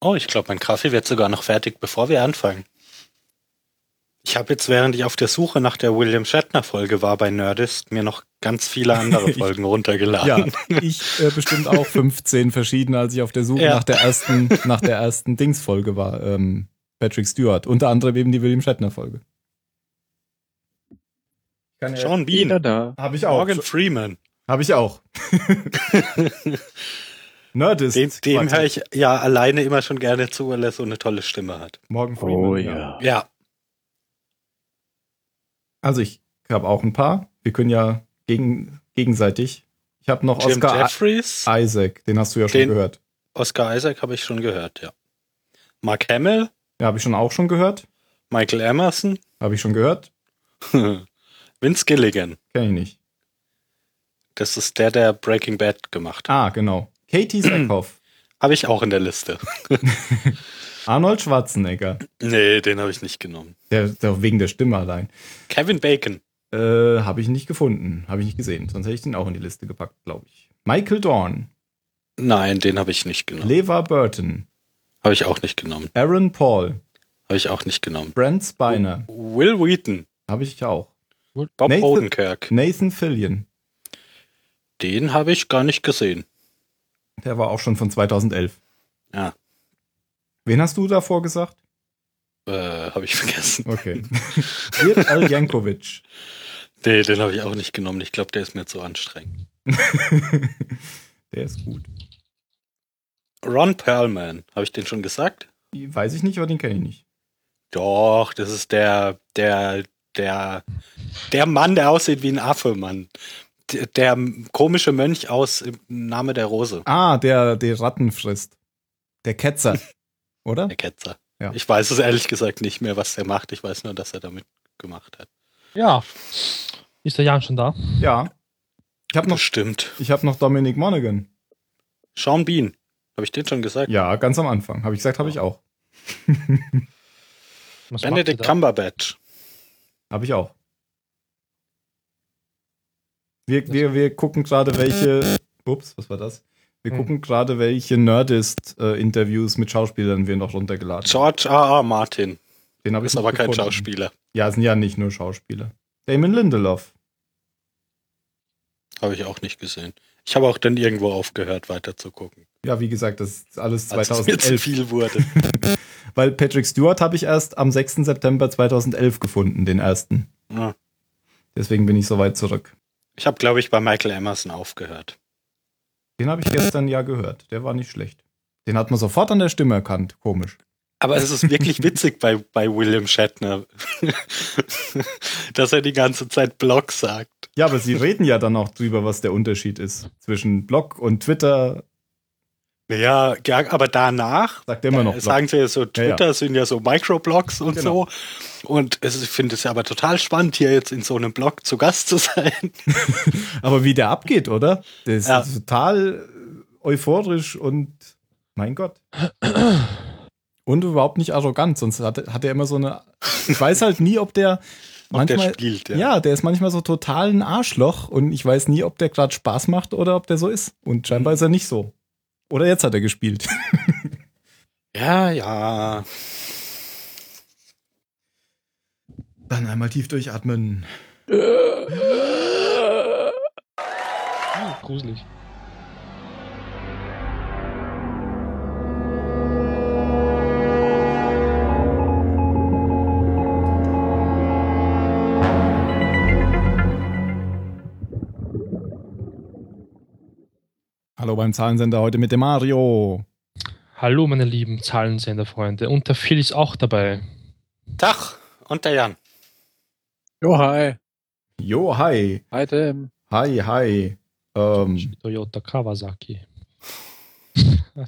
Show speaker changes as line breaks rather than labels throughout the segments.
Oh, ich glaube, mein Kaffee wird sogar noch fertig, bevor wir anfangen. Ich habe jetzt, während ich auf der Suche nach der William Shatner-Folge war bei Nerdist, mir noch ganz viele andere Folgen runtergeladen.
Ja, ich äh, bestimmt auch 15 verschiedene, als ich auf der Suche
Ja.
nach der ersten, nach der ersten Dings-Folge war. Ähm, Patrick Stewart. Unter anderem eben die William Shatner-Folge. Kann ja-
Sean Bean,
Wieder da.
Habe ich auch.
Morgan Freeman.
Habe ich auch. Nerd ist.
Den, dem höre ich ja alleine immer schon gerne zu, weil er so eine tolle Stimme hat.
Morgan Freeman.
Oh
ja.
ja.
Ja,
Also ich habe auch ein paar. Wir können ja gegen, gegenseitig. Ich habe noch
Jim
Oscar
Jeffries,
I- Isaac. Den hast du ja schon
Den-
gehört.
Oscar Isaac habe ich schon gehört, ja. Mark Hamill,
Ja, habe ich schon auch schon gehört.
Michael Emerson,
Habe ich schon gehört.
Vince Gilligan.
Kenne ich nicht.
Das ist der, der Breaking Bad gemacht hat.
Ah, genau. Katie Sackhoff.
Habe ich auch in der Liste.
Arnold Schwarzenegger.
Nee, den habe ich nicht genommen.
Der, der wegen der Stimme allein.
Kevin Bacon.
Äh, habe ich nicht gefunden. Habe ich nicht gesehen. Sonst hätte ich den auch in die Liste gepackt, glaube ich. Michael Dorn.
Nein, den habe ich nicht genommen.
Leva Burton.
Habe ich auch nicht genommen.
Aaron Paul.
Habe ich auch nicht genommen.
Brent Spiner.
Will Wheaton.
Habe ich auch.
Bob
Nathan-
Odenkirk.
Nathan Fillion.
Den habe ich gar nicht gesehen.
Der war auch schon von 2011.
Ja.
Wen hast du davor gesagt?
Äh, habe ich vergessen.
Okay. Weird Al Jankovic.
Nee, den habe ich auch nicht genommen. Ich glaube, der ist mir zu anstrengend.
Der ist gut.
Ron Perlman. Habe ich den schon gesagt?
Weiß ich nicht, aber den kenne ich nicht.
Doch, das ist der, der, der, der Mann, der aussieht wie ein Affe, Mann. Der, der komische Mönch aus im Name der Rose,
Ah, der, der Ratten frisst. Der Ketzer. Oder?
der Ketzer.
Ja.
Ich weiß es ehrlich gesagt nicht mehr, was der macht. Ich weiß nur, dass er damit gemacht hat.
Ja. Ist der Jan schon da?
Ja. Ich habe noch,
Bestimmt.
ich hab noch Dominic Monaghan.
Sean Bean. Habe ich den schon gesagt?
Ja, ganz am Anfang. Habe ich gesagt, habe ich auch.
Was macht
Benedict
ihr da?
Cumberbatch.
Habe ich auch. Wir, wir, wir gucken gerade, welche. Ups, was war das? Wir
Hm.
gucken gerade, welche Nerdist-Interviews mit Schauspielern wir noch runtergeladen haben.
George R. R. Martin.
Den habe ich
Ist
nicht
aber kein
gefunden.
Schauspieler.
Ja, sind ja nicht nur Schauspieler. Damon Lindelof.
Habe ich auch nicht gesehen. Ich habe auch dann irgendwo aufgehört, weiter zu gucken.
Ja, wie gesagt, das ist alles
Als es mir zu
2011.
viel wurde.
Weil Patrick Stewart habe ich erst am 6. September 2011 gefunden, den ersten.
Ja.
Deswegen bin ich so weit zurück.
Ich habe, glaube ich, bei Michael Emerson aufgehört.
Den habe ich gestern ja gehört. Der war nicht schlecht. Den hat man sofort an der Stimme erkannt. Komisch.
Aber es ist wirklich witzig bei, bei William Shatner, dass er die ganze Zeit Blog sagt.
Ja, aber sie reden ja dann auch drüber, was der Unterschied ist. Zwischen Blog und Twitter
Ja, ja aber danach
sagt er immer noch Blog.
Äh, sagen sie ja so, Twitter
Ja,
sind ja so Microblogs und
Genau.
so. Und es, ich finde es ja aber total spannend, hier jetzt in so einem Blog zu Gast zu sein.
Aber wie der abgeht, oder? Der ist
Ja.
total äh, euphorisch und mein Gott. Und überhaupt nicht arrogant, sonst hat, hat er immer so eine. Ich weiß halt nie, ob der
Und der
manchmal.
spielt,
ja. der ist manchmal so total ein Arschloch und ich weiß nie, ob der gerade Spaß macht oder ob der so ist. Und
Mhm.
scheinbar ist er nicht so. Oder jetzt hat er gespielt.
Ja, ja.
Dann einmal tief durchatmen.
Oh, gruselig.
Hallo beim Zahlensender heute mit dem Mario.
Hallo, meine lieben Zahlensenderfreunde. Und der Phil ist auch dabei.
Tag und der Jan.
Jo, hi.
Jo, hi.
Hi, Tim.
Hi, hi. Ähm,
Toyota Kawasaki.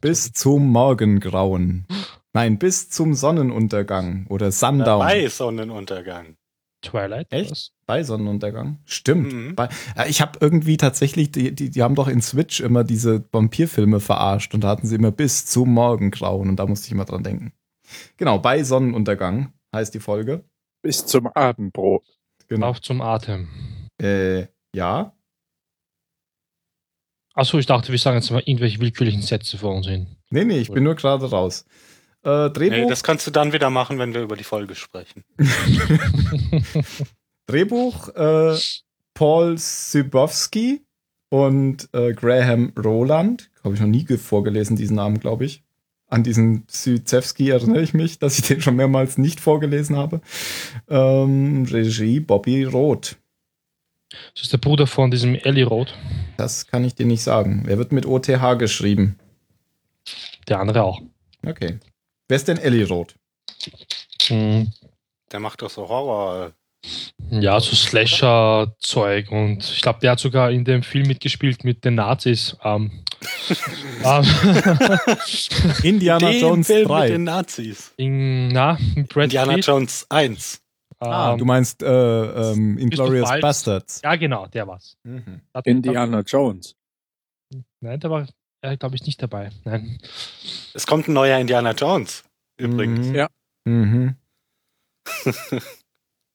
Bis zum Morgengrauen. Nein, bis zum Sonnenuntergang oder Sundown.
Bei Sonnenuntergang.
Twilight?
Echt?
Was?
Bei Sonnenuntergang? Stimmt.
Mhm.
Bei, äh, ich habe irgendwie tatsächlich, die, die, die haben doch in Switch immer diese Vampirfilme verarscht und da hatten sie immer bis zum Morgengrauen und da musste ich immer dran denken. Genau, bei Sonnenuntergang heißt die Folge.
Bis zum Abendbrot.
Genau.
Auf zum Atem.
Äh, ja.
Achso, ich dachte, wir sagen jetzt mal irgendwelche willkürlichen Sätze vor uns hin.
Nee, nee, ich bin nur gerade raus. Äh, Drehbuch,
Nee, das kannst du dann wieder machen, wenn wir über die Folge sprechen.
Drehbuch äh, Paul Sibowski und äh, Graham Roland. Habe ich noch nie ge- vorgelesen, diesen Namen, glaube ich. An diesen Süzewski erinnere ich mich, dass ich den schon mehrmals nicht vorgelesen habe. Ähm, Regie Bobby Roth.
Das ist der Bruder von diesem Ellie Roth,
Das kann ich dir nicht sagen. Er wird mit OTH geschrieben.
der andere auch.
Okay. Wer ist denn Ellie Roth?
Hm,
Der macht doch so Horror.
Ja, so Slasher-Zeug und ich glaube, der hat sogar in dem Film mitgespielt mit den Nazis. Ähm, ähm,
Indiana
Den
Jones
Film
3.
mit den Nazis.
in, na, mit Brad
Indiana
Pitt.
Jones 1.
Ähm,
ah, du meinst äh, ähm, Inglorious
Christoph Waltz.
Bastards.
ja, genau, der war's.
Mhm.
Hat-
Indiana Jones.
Nein, da war er, glaube ich, nicht dabei. Nein.
Es kommt ein neuer Indiana Jones. Übrigens.
Mhm.
Ja.
Mhm.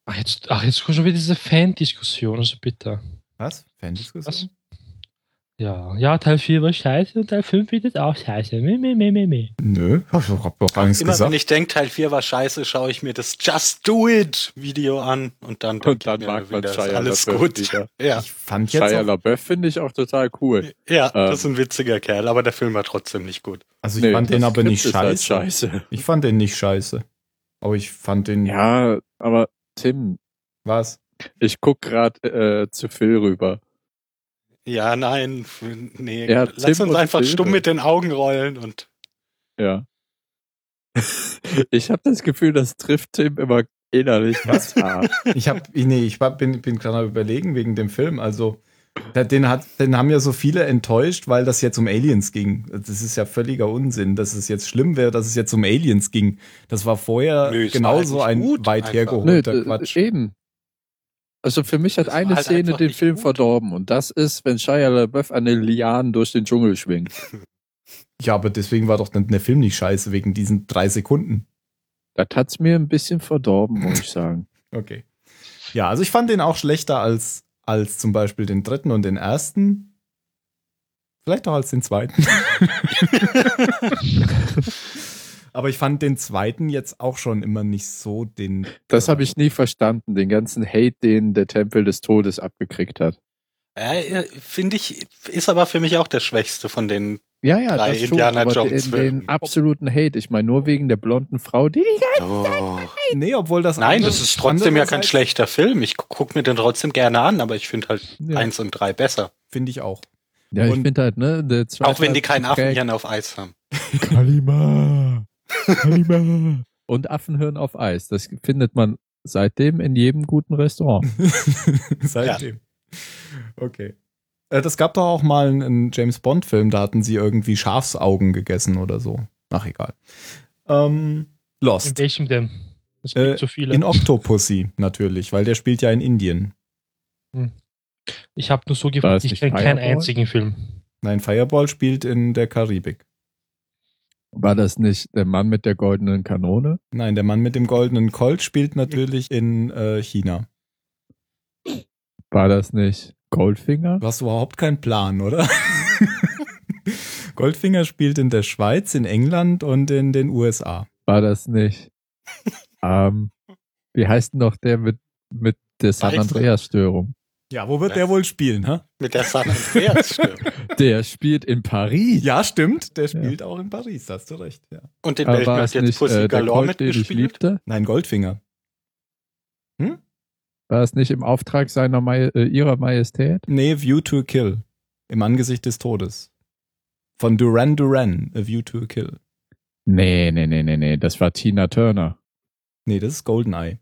Ach, jetzt, ach, jetzt kommt schon wieder diese Fan-Diskussion, also bitte.
Was? Fandiskussion?
Ja, ja, Teil 4 war scheiße und Teil 5 wird jetzt auch scheiße. Meh, meh, meh, meh, meh.
Nö, hab ich hab doch gar nichts
Immer wenn
gesagt.
ich denke, Teil 4 war scheiße, schaue ich mir das Just Do It Video an und dann denk
Und
ich
dann
mir
mag man
wieder, ist
Shia
alles
LaBeouf
gut.
wieder.
Ja,
Ich fand jetzt
Shia
auch,
LaBeouf finde ich auch total cool.
ja
Ähm.
das ist ein witziger Kerl, aber der Film war trotzdem nicht gut.
also ich
Nee,
fand den
das
aber nicht
Skript
scheiße.
ist halt scheiße.
Ich fand den nicht scheiße. Aber ich fand den
Ja, aber Tim,
was?
ich guck gerade äh, zu Phil rüber.
Ja, nein, f- nee.
Ja,
Lass
Tim
uns
und
einfach
Phil.
stumm mit den Augen rollen und
Ja. ich habe das Gefühl, das trifft Tim immer innerlich was hart.
Ich hab nee, ich war, bin bin gerade am überlegen wegen dem Film, also der- den hat den haben ja so viele enttäuscht, weil das jetzt um Aliens ging. Das ist ja völliger Unsinn, dass es jetzt schlimm wäre, dass es jetzt um Aliens ging. Das war vorher
Nö, es war
genauso
halt
ein
nicht gut
weit
einfach.
Nö, eh-
hergeholter
d-
Quatsch.
eben. Also für mich hat
Das war
eine
halt
Szene
einfach
den
nicht
Film
gut.
verdorben und das ist, wenn Shia LaBeouf eine Liane durch den Dschungel schwingt.
Ja, aber deswegen war doch dann der Film nicht scheiße wegen diesen drei Sekunden.
Das hat's mir ein bisschen verdorben, muss ich sagen.
Okay. Ja, also ich fand den auch schlechter als, als zum Beispiel den dritten und den ersten. Vielleicht auch als den zweiten. Aber ich fand den zweiten jetzt auch schon immer nicht so den.
Das habe ich nie verstanden, den ganzen Hate, den der Tempel des Todes abgekriegt hat.
Ja, ja, finde ich, ist aber für mich auch der schwächste von denen.
Ja, ja,
Drei
das schon,
Indiana
aber den,
Jones-Filmen.
den absoluten Hate. Ich meine, nur wegen der blonden Frau, die halt,
Nee, obwohl das.
Nein,
andere-
das ist trotzdem ja kein
andererseits
schlechter Film. Ich gucke mir den trotzdem gerne an, aber ich finde halt
Ja.
eins und drei besser.
Finde ich auch.
Ja, ich
Und-
finde halt, ne, der zweite
Auch wenn die
hat
keinen
geprägt.
Affenhirn auf Eis haben.
Kalima. Kalima. Und Affenhirn auf Eis. Das findet man seitdem in jedem guten Restaurant.
Seitdem. Okay. Äh, Das gab doch auch mal einen, einen James Bond-Film, da hatten sie irgendwie Schafsaugen gegessen oder so. Ach, egal. Ähm, Lost.
In welchem denn? Es
Äh,
gibt so viele.
In Octopussy natürlich, weil der spielt ja in Indien.
Ich habe nur so
War
gefragt,
es
ich
nicht
kenne keinen
Fireball?
einzigen Film.
Nein, Fireball spielt in der Karibik.
War das nicht der Mann mit der goldenen Kanone?
Nein, der Mann mit dem goldenen Colt spielt natürlich in äh, China.
War das nicht Goldfinger?
Du hast überhaupt keinen Plan, oder? Goldfinger spielt in der Schweiz, in England und in den USA.
War das nicht? ähm, wie heißt denn noch der mit, mit der San
Weißt du?
Andreas-Störung?
Ja, wo wird der wohl spielen, hä?
Mit der San Andreas Stimme.
Der spielt in Paris.
Ja, stimmt. Der spielt auch in Paris, da hast du recht. Ja.
Und den
Aber
Welten
war
hat
es
jetzt
nicht
Pussy
äh, der
Galore
Colt, den ich
mitgespielt.
liebte?
Nein, Goldfinger.
War es nicht im Auftrag seiner Maj äh, ihrer Majestät?
Nee, View to a Kill. Im Angesicht des Todes. Von Duran Duran, A View to a Kill.
Nee, nee, nee, nee, nee. Das war Tina Turner.
Nee, das ist Goldeneye.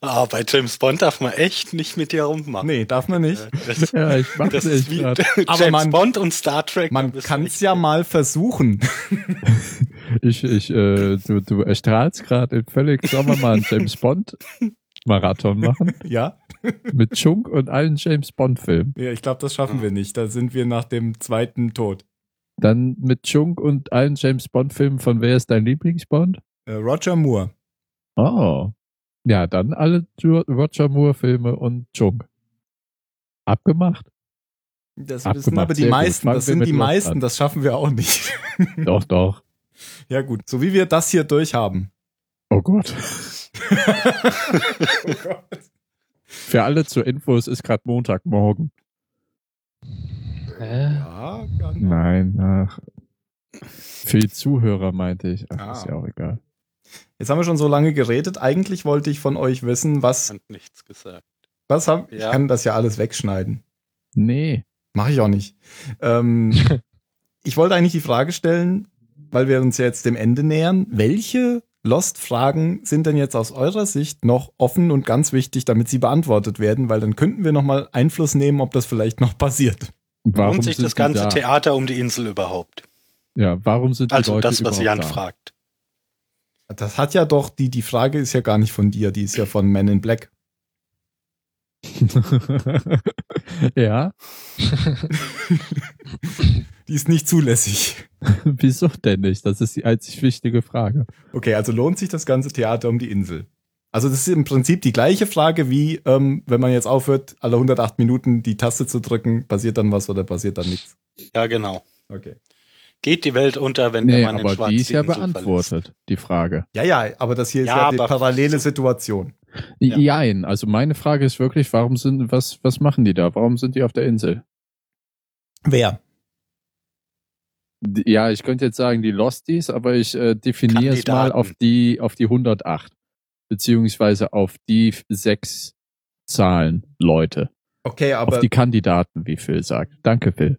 Ah, bei James Bond darf man echt nicht mit dir rummachen.
Nee, darf man nicht.
Äh, Das,
Ja, ich mach
das ist wie
grad.
James
Aber man-
Bond und Star Trek.
Man
da bist du
kann es
nicht-
ja mal versuchen.
Ich, ich, äh, du, du erstrahlst gerade in völlig, sollen wir mal einen James Bond Marathon machen?
ja?
Mit Chunk und allen James Bond Filmen.
Ja, ich glaube, das schaffen wir nicht. Da sind wir nach dem zweiten Tod.
Dann mit Chunk und allen James Bond Filmen von Wer ist dein Lieblingsbond?
Äh, Roger Moore.
Oh. Ja, dann alle Jo- Roger Moore Filme und Chunk. Abgemacht?
Das
Abgemacht,
wissen aber die
sehr gut.
meisten,
Fangen
das
wir
sind
mit
die
Lust
meisten,
an.
das schaffen wir auch nicht.
Doch, doch.
ja gut, so wie wir das hier durchhaben.
Oh Gott.
Oh
Für alle zur Info, es ist gerade Montagmorgen.
Hä?
Ja, kann-
Nein, ach. Für die Zuhörer meinte ich. Ach,
Ah.
ist ja auch egal.
Jetzt haben wir schon so lange geredet. Eigentlich wollte ich von euch wissen, was,
Und nichts gesagt.
was haben, ich
Ja.
kann das ja alles wegschneiden.
Nee.
Mache ich auch nicht. Ähm, ich wollte eigentlich die Frage stellen, weil wir uns ja jetzt dem Ende nähern. Welche Lost-Fragen sind denn jetzt aus eurer Sicht noch offen und ganz wichtig, damit sie beantwortet werden? Weil dann könnten wir nochmal Einfluss nehmen, ob das vielleicht noch passiert.
Warum
Lohnt sich
sind
das
die
ganze
da?
Theater um die Insel überhaupt?
Ja, warum sind die
Also
Leute
das, was
überhaupt
Jan
da?
fragt.
Das hat ja doch, die, die Frage ist ja gar nicht von dir, die ist ja von Men in Black.
ja,
Die ist nicht zulässig.
wieso denn nicht? Das ist die einzig wichtige Frage.
Okay, also lohnt sich das ganze Theater um die Insel? Also das ist im Prinzip die gleiche Frage wie, ähm, wenn man jetzt aufhört, alle 108 Minuten die Taste zu drücken, passiert dann was oder passiert dann nichts?
Ja, genau.
Okay.
Geht die Welt unter, wenn
Nee,
der Mann in
aber
Schwarz
die ist ja
Insel verlässt?
beantwortet, die Frage.
Ja, ja, aber das hier ist
Ja,
ja, die
aber-
parallele Situation.
Ja.
Jein, also meine Frage ist wirklich, warum sind, was, was machen die da? Warum sind die auf der Insel?
Wer?
Die- Ja, ich könnte jetzt sagen die Losties, aber ich äh, definiere es mal
Kandidaten.
auf die, auf die 108, beziehungsweise auf die f- sechs Zahlen Leute.
Okay,
auf
aber
die Kandidaten, wie Phil sagt. Danke, Phil.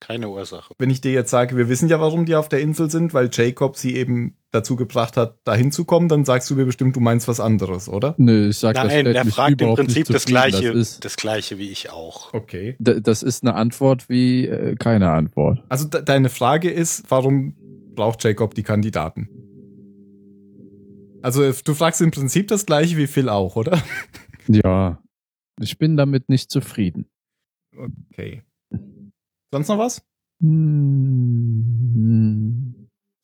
Keine Ursache.
wenn ich dir jetzt sage, wir wissen ja, warum die auf der Insel sind, weil Jacob sie eben dazu gebracht hat, dahin zu kommen, dann sagst du mir bestimmt, du meinst was anderes, oder?
Nö, Ne, ich sag, das
Nein,
stellt
der
mich
fragt im
überhaupt nicht
Prinzip das
zufrieden.
gleiche,
Das ist,
das gleiche wie ich auch.
Okay.
d- das ist eine Antwort wie äh, keine Antwort.
Also de deine Frage ist, warum braucht Jacob die Kandidaten? Also äh, du fragst im Prinzip das gleiche wie Phil auch, oder?
Ja, ich bin damit nicht zufrieden.
Okay. Sonst noch was?
Hm.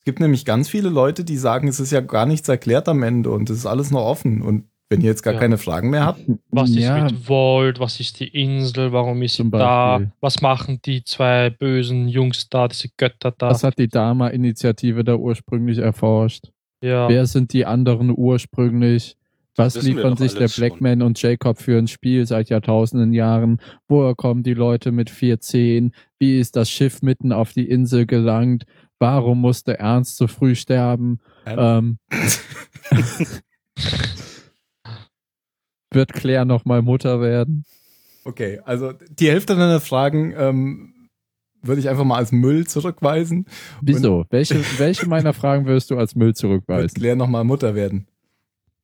Es gibt nämlich ganz viele Leute, die sagen, es ist ja gar nichts erklärt am Ende und es ist alles noch offen. Und wenn ihr jetzt gar
Ja.
keine Fragen mehr habt,
Was
ja,
ist mit Walt? Was ist die Insel? Warum ist sie
Zum
da?
Beispiel.
Was machen die zwei bösen Jungs da, diese Götter da?
was hat die Dama-Initiative da ursprünglich erforscht?
ja.
Wer sind die anderen ursprünglich? Was
wissen wir
liefern
doch
sich der
alles
Black
schon.
Man und Jacob für ein Spiel seit Jahrtausenden Jahren? Woher kommen die Leute mit 14? Wie ist das Schiff mitten auf die Insel gelangt? Warum musste Ernst so früh sterben? Ähm, wird Claire nochmal Mutter werden?
okay, also die Hälfte deiner Fragen ähm, würde ich einfach mal als Müll zurückweisen.
Wieso? Welche, welche meiner Fragen wirst du als Müll
Wird
zurückweisen?
Claire nochmal Mutter werden.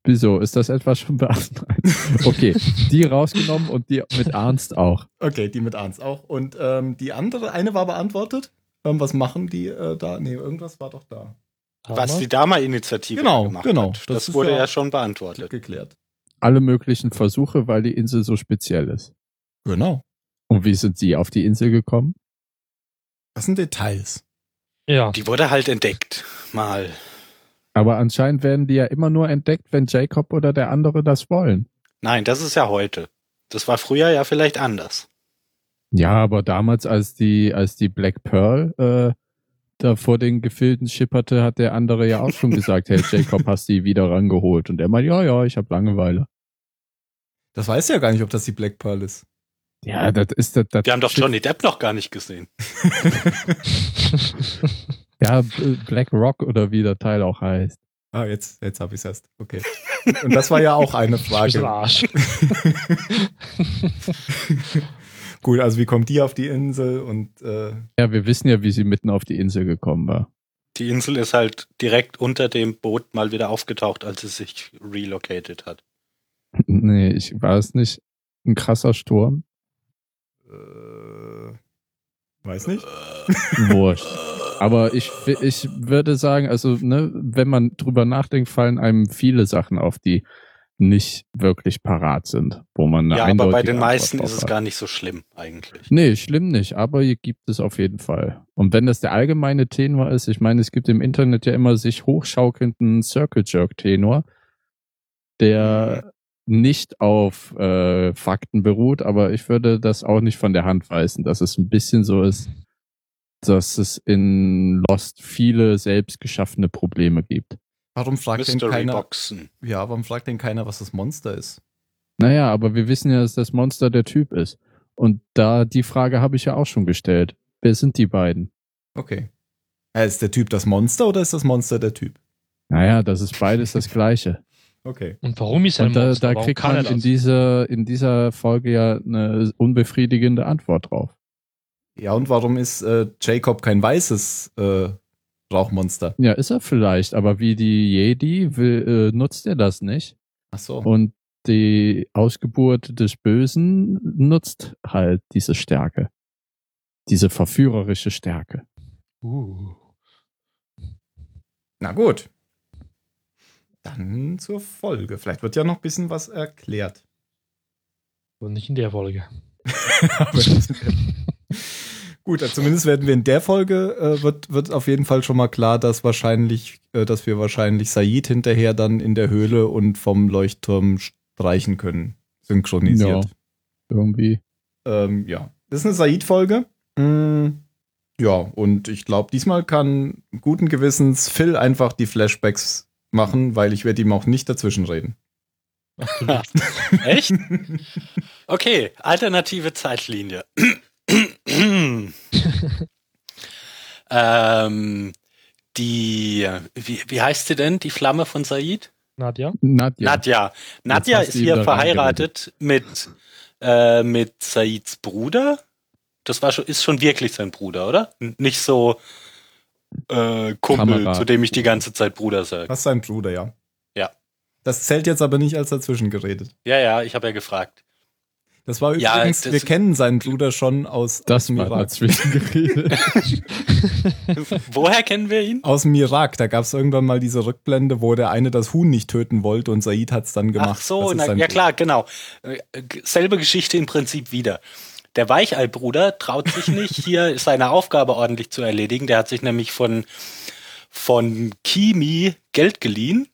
Wieso? Ist das etwa schon beantwortet? Okay, die rausgenommen und die mit Ernst auch.
Okay, die mit Arns auch. Und ähm, die andere, eine war beantwortet. Ähm, was machen die äh, da? Nee, irgendwas war doch da.
Was die Dama-Initiative
Genau,
gemacht
genau.
hat.
Das
Das,
ist
wurde
ja-
ja schon beantwortet.
Geklärt.
alle möglichen Versuche, weil die Insel so speziell ist.
Genau.
Und wie sind sie auf die Insel gekommen?
Das sind Details.
ja.
Die wurde halt entdeckt. Mal.
Aber anscheinend werden die ja immer nur entdeckt, wenn Jacob oder der andere das wollen.
Nein, das ist ja heute. Das war früher ja vielleicht anders.
Ja, aber damals, als die, als die Black Pearl äh, da vor den Gefilden schipperte, hat der andere ja auch schon gesagt, hey, Jacob, hast die wieder rangeholt. Und er meint, ja, ja, ich habe Langeweile.
Das weiß ja gar nicht, ob das die Black Pearl ist.
Ja, das ist das. das
Wir haben doch
Schiff-
Johnny Depp noch gar nicht gesehen.
Ja, B- äh, Black Rock oder wie der Teil auch heißt.
Ah, jetzt, jetzt habe ich es erst. Okay. Und das war ja auch eine
Bisschen
Frage.
Arsch.
Gut, also wie kommt die auf die Insel und äh,
Ja, wir wissen ja, wie sie mitten auf die Insel gekommen war.
Die Insel ist halt direkt unter dem Boot mal wieder aufgetaucht, als sie sich relocated hat.
Nee, ich war es nicht. Ein krasser Sturm.
äh, weiß nicht.
Wurscht. Aber ich, wi- ich würde sagen, also, ne, wenn man drüber nachdenkt, fallen einem viele Sachen auf, die nicht wirklich parat sind, wo man eine
ja, aber bei
eindeutige
den
Antwort
meisten
drauf
ist es
hat.
gar nicht so schlimm eigentlich.
Nee, schlimm nicht, aber hier gibt es auf jeden Fall. Und wenn das der allgemeine Tenor ist, ich meine, es gibt im Internet ja immer sich hochschaukelnden Circle Jerk Tenor, der nicht auf äh, Fakten beruht, aber ich würde das auch nicht von der Hand weisen, dass es ein bisschen so ist, dass es in Lost viele selbst geschaffene Probleme gibt.
Warum fragt denn
Mystery
keiner?
Boxen.
Ja, warum fragt denn keiner, was das Monster ist?
Naja, aber wir wissen ja, dass das Monster der Typ ist. Und da die Frage habe ich ja auch schon gestellt. Wer sind die beiden?
Okay. Äh, Ist der Typ das Monster oder ist das Monster der Typ?
Naja, das ist beides das Gleiche.
Okay.
Und warum ist er ein
Und da,
Monster?
da
Warum
kriegt
kann er
man in
das?
dieser, in dieser Folge ja eine unbefriedigende Antwort drauf.
Ja, und warum ist äh, Jacob kein weißes äh, Rauchmonster?
Ja, ist er vielleicht, aber wie die Jedi will, äh, nutzt er das nicht.
Ach
Oh.
so.
Und die Ausgeburt des Bösen nutzt halt diese Stärke. Diese verführerische Stärke.
Uh.
Na gut. Dann zur Folge. Vielleicht wird ja noch ein bisschen was erklärt.
Aber nicht in der Folge.
Gut, äh, zumindest werden wir in der Folge, äh, wird, wird auf jeden Fall schon mal klar, dass wahrscheinlich, äh, dass wir wahrscheinlich Said hinterher dann in der Höhle und vom Leuchtturm streichen können. Synchronisiert.
Irgendwie.
Ähm, ja. Das ist eine Said-Folge. Mm, ja, und ich glaube, diesmal kann guten Gewissens Phil einfach die Flashbacks machen, weil ich werde ihm auch nicht dazwischenreden.
Echt? Okay, alternative Zeitlinie. ähm, die, wie, wie heißt sie denn? Die Flamme von Said?
Nadja?
Nadja.
Nadja. Nadja
hast
ist
du ihn da
hier verheiratet mit, äh, mit Saids Bruder. Das war schon, ist schon wirklich sein Bruder, oder? N- Nicht so äh, Kumpel,
Kamerad.
zu dem ich die ganze Zeit Bruder sage.
Was sein Bruder, ja.
Ja.
Das zählt jetzt aber nicht als dazwischengeredet.
Ja, ja, ich habe ja gefragt.
Das war
Ja,
übrigens,
das-
wir kennen seinen Bruder schon aus, aus
Das
dem
war
Irak.
dazwischen geredet.
Woher kennen wir ihn?
Aus dem Irak, da gab es irgendwann mal diese Rückblende, wo der eine das Huhn nicht töten wollte und Said hat es dann gemacht.
Ach so,
Das ist
na,
sein
ja
Bruder.
klar, genau. Äh, g- selbe Geschichte im Prinzip wieder. Der Weichei-Bruder traut sich nicht, hier seine Aufgabe ordentlich zu erledigen. Der hat sich nämlich von, von Kimi Geld geliehen,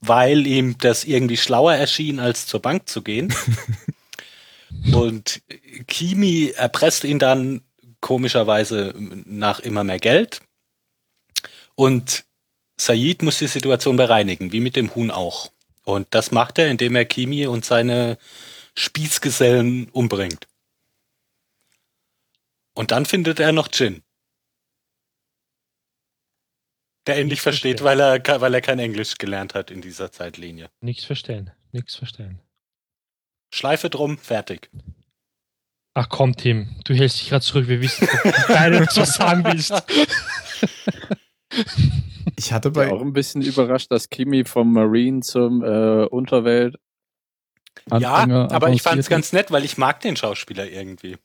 weil ihm das irgendwie schlauer erschien, als zur Bank zu gehen. Und Kimi erpresst ihn dann komischerweise nach immer mehr Geld. Und Said muss die Situation bereinigen, wie mit dem Huhn auch. Und das macht er, indem er Kimi und seine Spießgesellen umbringt. Und dann findet er noch Jin. Der endlich
Ich
versteht,
verstehe.
weil er, ke- weil er kein Englisch gelernt hat in dieser Zeitlinie.
Nichts verstehen. Nichts verstehen.
Schleife drum, fertig.
Ach komm, Tim, du hältst dich gerade zurück. Wir wissen, dass du beide was du sagen willst.
Ich hatte
Ich war
bei,
auch ein bisschen überrascht, dass Kimi vom Marine zum äh, Unterwelt.
ja, aber ich fand's
avanciert
ganz nett, weil ich mag den Schauspieler irgendwie.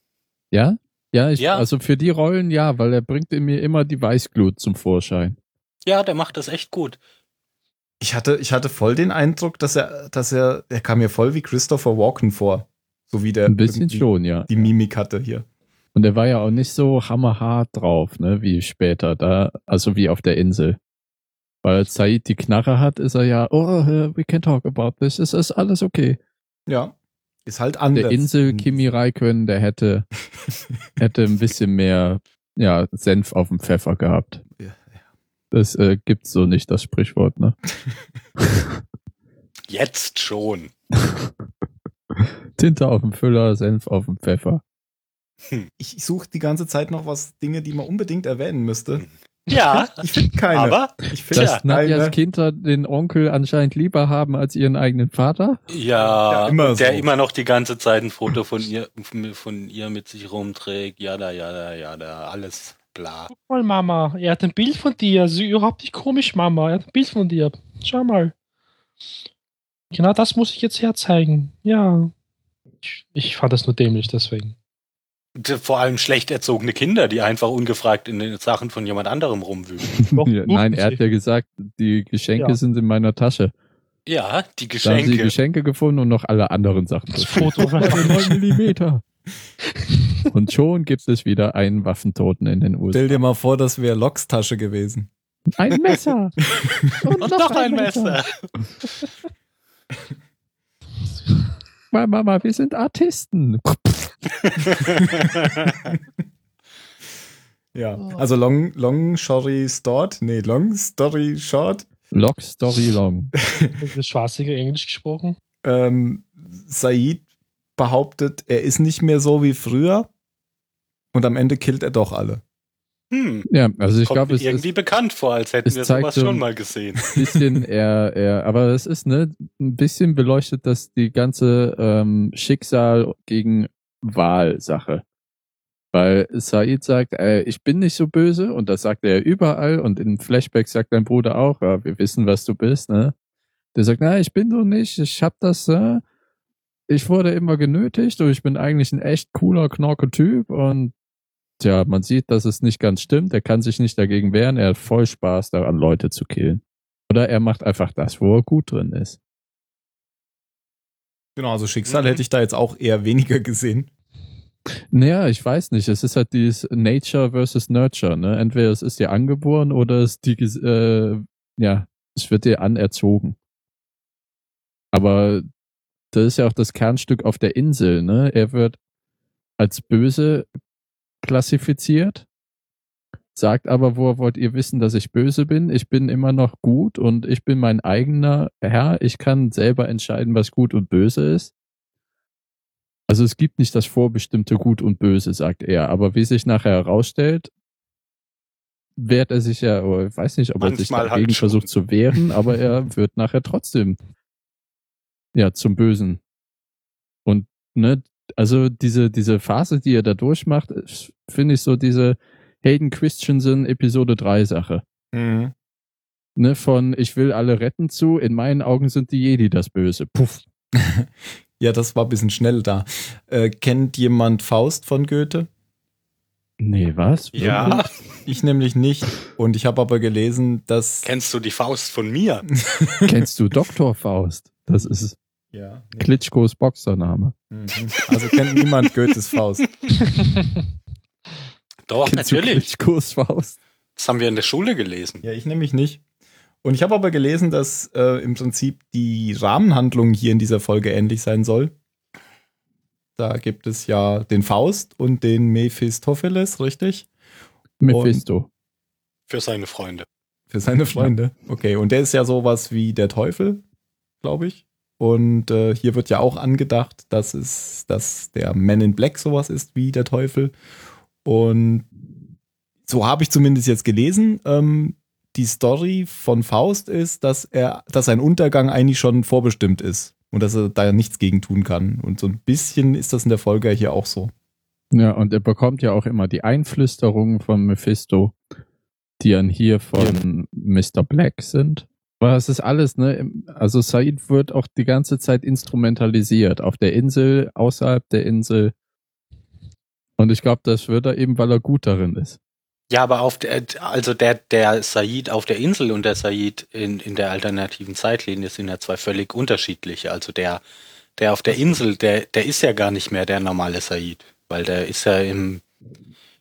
Ja? Ja, ich,
Ja.
also für die Rollen ja, weil er bringt in mir immer die Weißglut zum Vorschein.
Ja, der macht das echt gut.
ich hatte, ich hatte voll den Eindruck, dass er, dass er, er kam mir voll wie Christopher Walken vor. So wie der
Ein bisschen
irgendwie
schon, ja.
die Mimik hatte hier.
Und er war ja auch nicht so hammerhart drauf, ne, wie später da, also wie auf der Insel. Weil Said die Knarre hat, ist er ja, oh, äh, we can talk about this, es ist alles okay.
Ja. Ist halt
Auf
anders.
der Insel Kimi Räikkönen, der hätte, hätte ein bisschen mehr, ja, Senf auf dem Pfeffer gehabt.
Ja, ja.
Das äh, gibt's so nicht, das Sprichwort, ne?
Jetzt schon.
Tinte auf dem Füller, Senf auf dem Pfeffer.
Ich suche die ganze Zeit noch was, Dinge, die man unbedingt erwähnen müsste.
Ja,
Ich finde keine.
aber
ich finde
Dass
Das
ja,
Ja,
Nadjas
keine.
Kinder den Onkel anscheinend lieber haben als ihren eigenen Vater.
ja,
Ja, immer
und der
so.
immer noch die ganze Zeit ein Foto von ihr, von ihr mit sich rumträgt. Ja, da, ja, da, ja, da, alles bla.
Guck mal, Mama, er hat ein Bild von dir. Sie überhaupt nicht komisch, Mama. Er hat ein Bild von dir. Schau mal. Genau das muss ich jetzt herzeigen. Ja. Ich, ich fand das nur dämlich, deswegen.
Und Vor allem schlecht erzogene Kinder, die einfach ungefragt in den Sachen von jemand anderem rumwühlen.
Doch,
Ja, Nein, er hat
durften
ja gesagt, die Geschenke
Ja.
sind in meiner Tasche.
Ja, die
Da haben sie
Geschenke.
Geschenke gefunden und noch alle anderen Sachen.
Das Foto war
Also 9 Millimeter. Und schon gibt es wieder einen Waffentoten in den USA.
Stell dir mal vor, das wäre Loks Tasche gewesen.
Ein Messer.
Und noch ein Messer.
Guck mal, Mama, wir sind Artisten.
Ja,
Oh.
also long, long story short, nee, long story short,
Long Story Long.
Das schwarzige Englisch gesprochen.
ähm, Said behauptet, er ist nicht mehr so wie früher und am Ende killt er doch alle.
Hm.
Ja, also ich
Kommt
glaube,
mir
es ist
irgendwie bekannt vor, als
es
hätten wir
zeigt
sowas
so-
schon mal gesehen.
bisschen eher, eher, aber es ist ne, ein bisschen beleuchtet, dass die ganze ähm, Schicksal gegen Wahl-Sache. Weil Said sagt, äh, ich bin nicht so böse und das sagt er überall und im Flashback sagt dein Bruder auch, ja, wir wissen, was du bist, ne? Der sagt, nein, ich bin so nicht, ich hab das, äh, ich wurde immer genötigt und ich bin eigentlich ein echt cooler, knorke Typ und ja, man sieht, dass es nicht ganz stimmt, er kann sich nicht dagegen wehren, er hat voll Spaß daran, Leute zu killen. Oder er macht einfach das, wo er gut drin ist.
Genau, also Schicksal
Mhm.
hätte ich da jetzt auch eher weniger gesehen.
Naja, ich weiß nicht. Es ist halt dieses Nature versus Nurture. Ne? Entweder es ist dir angeboren oder es, die, ges- äh, ja, es wird dir anerzogen. Aber das ist ja auch das Kernstück auf der Insel. Ne? Er wird als böse klassifiziert, sagt aber, woher wollt ihr wissen, dass ich böse bin? Ich bin immer noch gut und ich bin mein eigener Herr. Ich kann selber entscheiden, was gut und böse ist. Also es gibt nicht das vorbestimmte Gut und Böse, sagt er. Aber wie sich nachher herausstellt, wehrt er sich ja, oder ich weiß nicht, ob er sich
Manchmal halt
dagegen
schon.
versucht zu wehren, aber er wird nachher trotzdem ja zum Bösen. Und ne, also diese diese Phase, die er da durchmacht, ist, finde ich so diese Hayden Christensen Episode 3 Sache.
Mhm.
Ne, von ich will alle retten zu, in meinen Augen sind die Jedi das Böse. Puff.
Ja, das war ein bisschen schnell da. Äh, kennt jemand Faust von Goethe?
Nee, was?
Ja,
Ich nämlich nicht. Und ich habe aber gelesen, dass.
kennst du die Faust von mir?
Kennst du Dr. Faust? Das ist
ja. nee.
Klitschkos Boxername.
Mhm. Also kennt niemand Goethes Faust.
Doch,
Kennst du
natürlich.
Klitschkos Faust.
Das haben wir in der Schule gelesen.
Ja, ich nämlich nicht. Und ich habe aber gelesen, dass äh, im Prinzip die Rahmenhandlung hier in dieser Folge ähnlich sein soll. Da gibt es ja den Faust und den Mephistopheles, richtig?
Mephisto.
Für seine Freunde.
Für seine Freunde. Okay, und der ist ja sowas wie der Teufel, glaube ich. Und äh, hier wird ja auch angedacht, dass es, dass der Man in Black sowas ist wie der Teufel. Und so habe ich zumindest jetzt gelesen. Ähm, die Story von Faust ist, dass er, dass sein Untergang eigentlich schon vorbestimmt ist und dass er da nichts gegen tun kann. Und so ein bisschen ist das in der Folge hier auch so.
Ja, und er bekommt ja auch immer die Einflüsterungen von Mephisto, die dann hier von Mr. Black sind. Aber es ist alles, ne? im- Also Said wird auch die ganze Zeit instrumentalisiert. Auf der Insel, außerhalb der Insel. Und ich glaube, das wird er eben, weil er gut darin ist.
Ja, aber auf der, also der, der Said auf der Insel und der Said in, in der alternativen Zeitlinie sind ja zwei völlig unterschiedliche. Also der, der auf der Insel, der, der ist ja gar nicht mehr der normale Said, weil der ist ja im,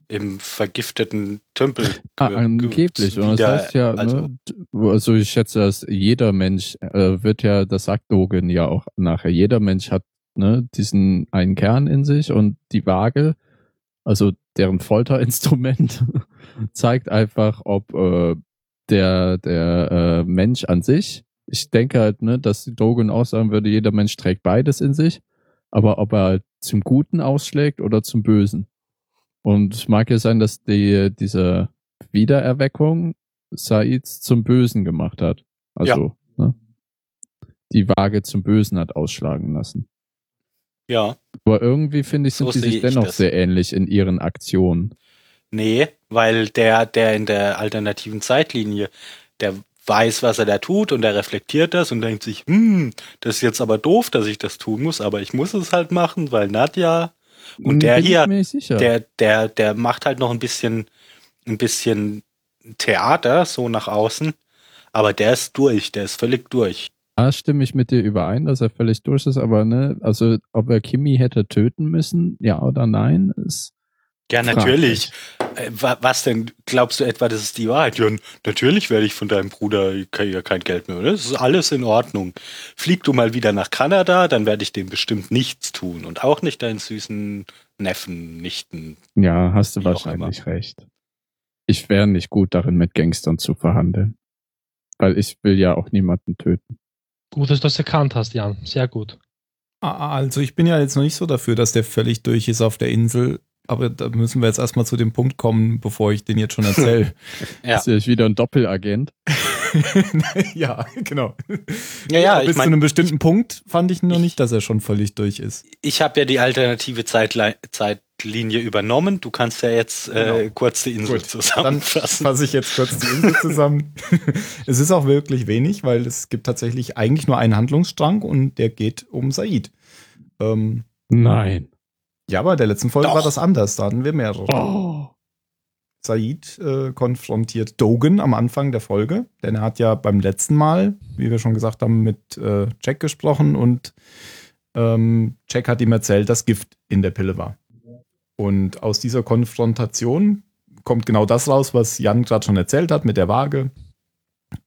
im vergifteten Tümpel.
Ah,
ge-
angeblich.
ge-
Und das
wieder-
heißt ja,
also-
ne, d- also ich schätze, dass jeder Mensch äh, wird ja, das sagt Dogen ja auch nachher, jeder Mensch hat ne, diesen einen Kern in sich und die Waage, also deren Folterinstrument, zeigt einfach, ob äh, der, der äh, Mensch an sich, ich denke halt, ne, dass Dogen auch sagen würde, jeder Mensch trägt beides in sich, aber ob er halt zum Guten ausschlägt oder zum Bösen. Und es mag ja sein, dass die, diese Wiedererweckung Saids zum Bösen gemacht hat. Also, ne? Die Waage zum Bösen hat ausschlagen lassen.
Ja.
Aber irgendwie finde ich, sind
So
die sich
sehe ich
dennoch
das.
sehr ähnlich in ihren Aktionen.
Nee, weil der, der in der alternativen Zeitlinie, der weiß, was er da tut und der reflektiert das und denkt sich, hm, das ist jetzt aber doof, dass ich das tun muss, aber ich muss es halt machen, weil Nadja, Und der
Bin
hier,
ich mir nicht sicher.
der, der, der macht halt noch ein bisschen, ein bisschen Theater, so nach außen, aber der ist durch, der ist völlig durch.
Da stimme ich mit dir überein, dass er völlig durch ist, aber ne, also ob er Kimi hätte töten müssen, ja oder nein, ist
Ja, natürlich. Äh, wa- Was denn? Glaubst du etwa, das ist die Wahrheit? Ja, n- natürlich werde ich von deinem Bruder ke- ja, kein Geld mehr. oder? Das ist alles in Ordnung. Flieg du mal wieder nach Kanada, dann werde ich dem bestimmt nichts tun. Und auch nicht deinen süßen Neffen, Nichten.
Ja, hast du
Wie auch
wahrscheinlich recht. Ich wäre nicht gut darin, mit Gangstern zu verhandeln. Weil ich will ja auch niemanden töten.
Gut, dass du das erkannt hast, Jan. Sehr gut.
Ah, Also ich bin ja jetzt noch nicht so dafür, dass der völlig durch ist auf der Insel. Aber da müssen wir jetzt erstmal zu dem Punkt kommen, bevor ich den jetzt schon erzähle.
Ja.
Ist ja wieder ein Doppelagent.
ja, genau.
Ja, ja,
Bis
ich
zu
meine,
einem bestimmten Punkt fand ich nur nicht, dass er schon völlig durch ist.
ich habe ja die alternative Zeitle Zeitlinie übernommen. Du kannst ja jetzt äh,
Genau.
kurz die Insel
Gut, Dann
zusammenfassen.
fasse ich jetzt kurz die Insel zusammen. es ist auch wirklich wenig, weil es gibt tatsächlich eigentlich nur einen Handlungsstrang und der geht um Said. Ähm,
Nein.
ja, bei der letzten Folge
Doch.
war das anders. Da hatten wir mehrere.
Oh.
Said äh, konfrontiert Dogen am Anfang der Folge, denn er hat ja beim letzten Mal, wie wir schon gesagt haben, mit äh, Jack gesprochen und ähm, Jack hat ihm erzählt, dass Gift in der Pille war. Und aus dieser Konfrontation kommt genau das raus, was Jan gerade schon erzählt hat mit der Waage.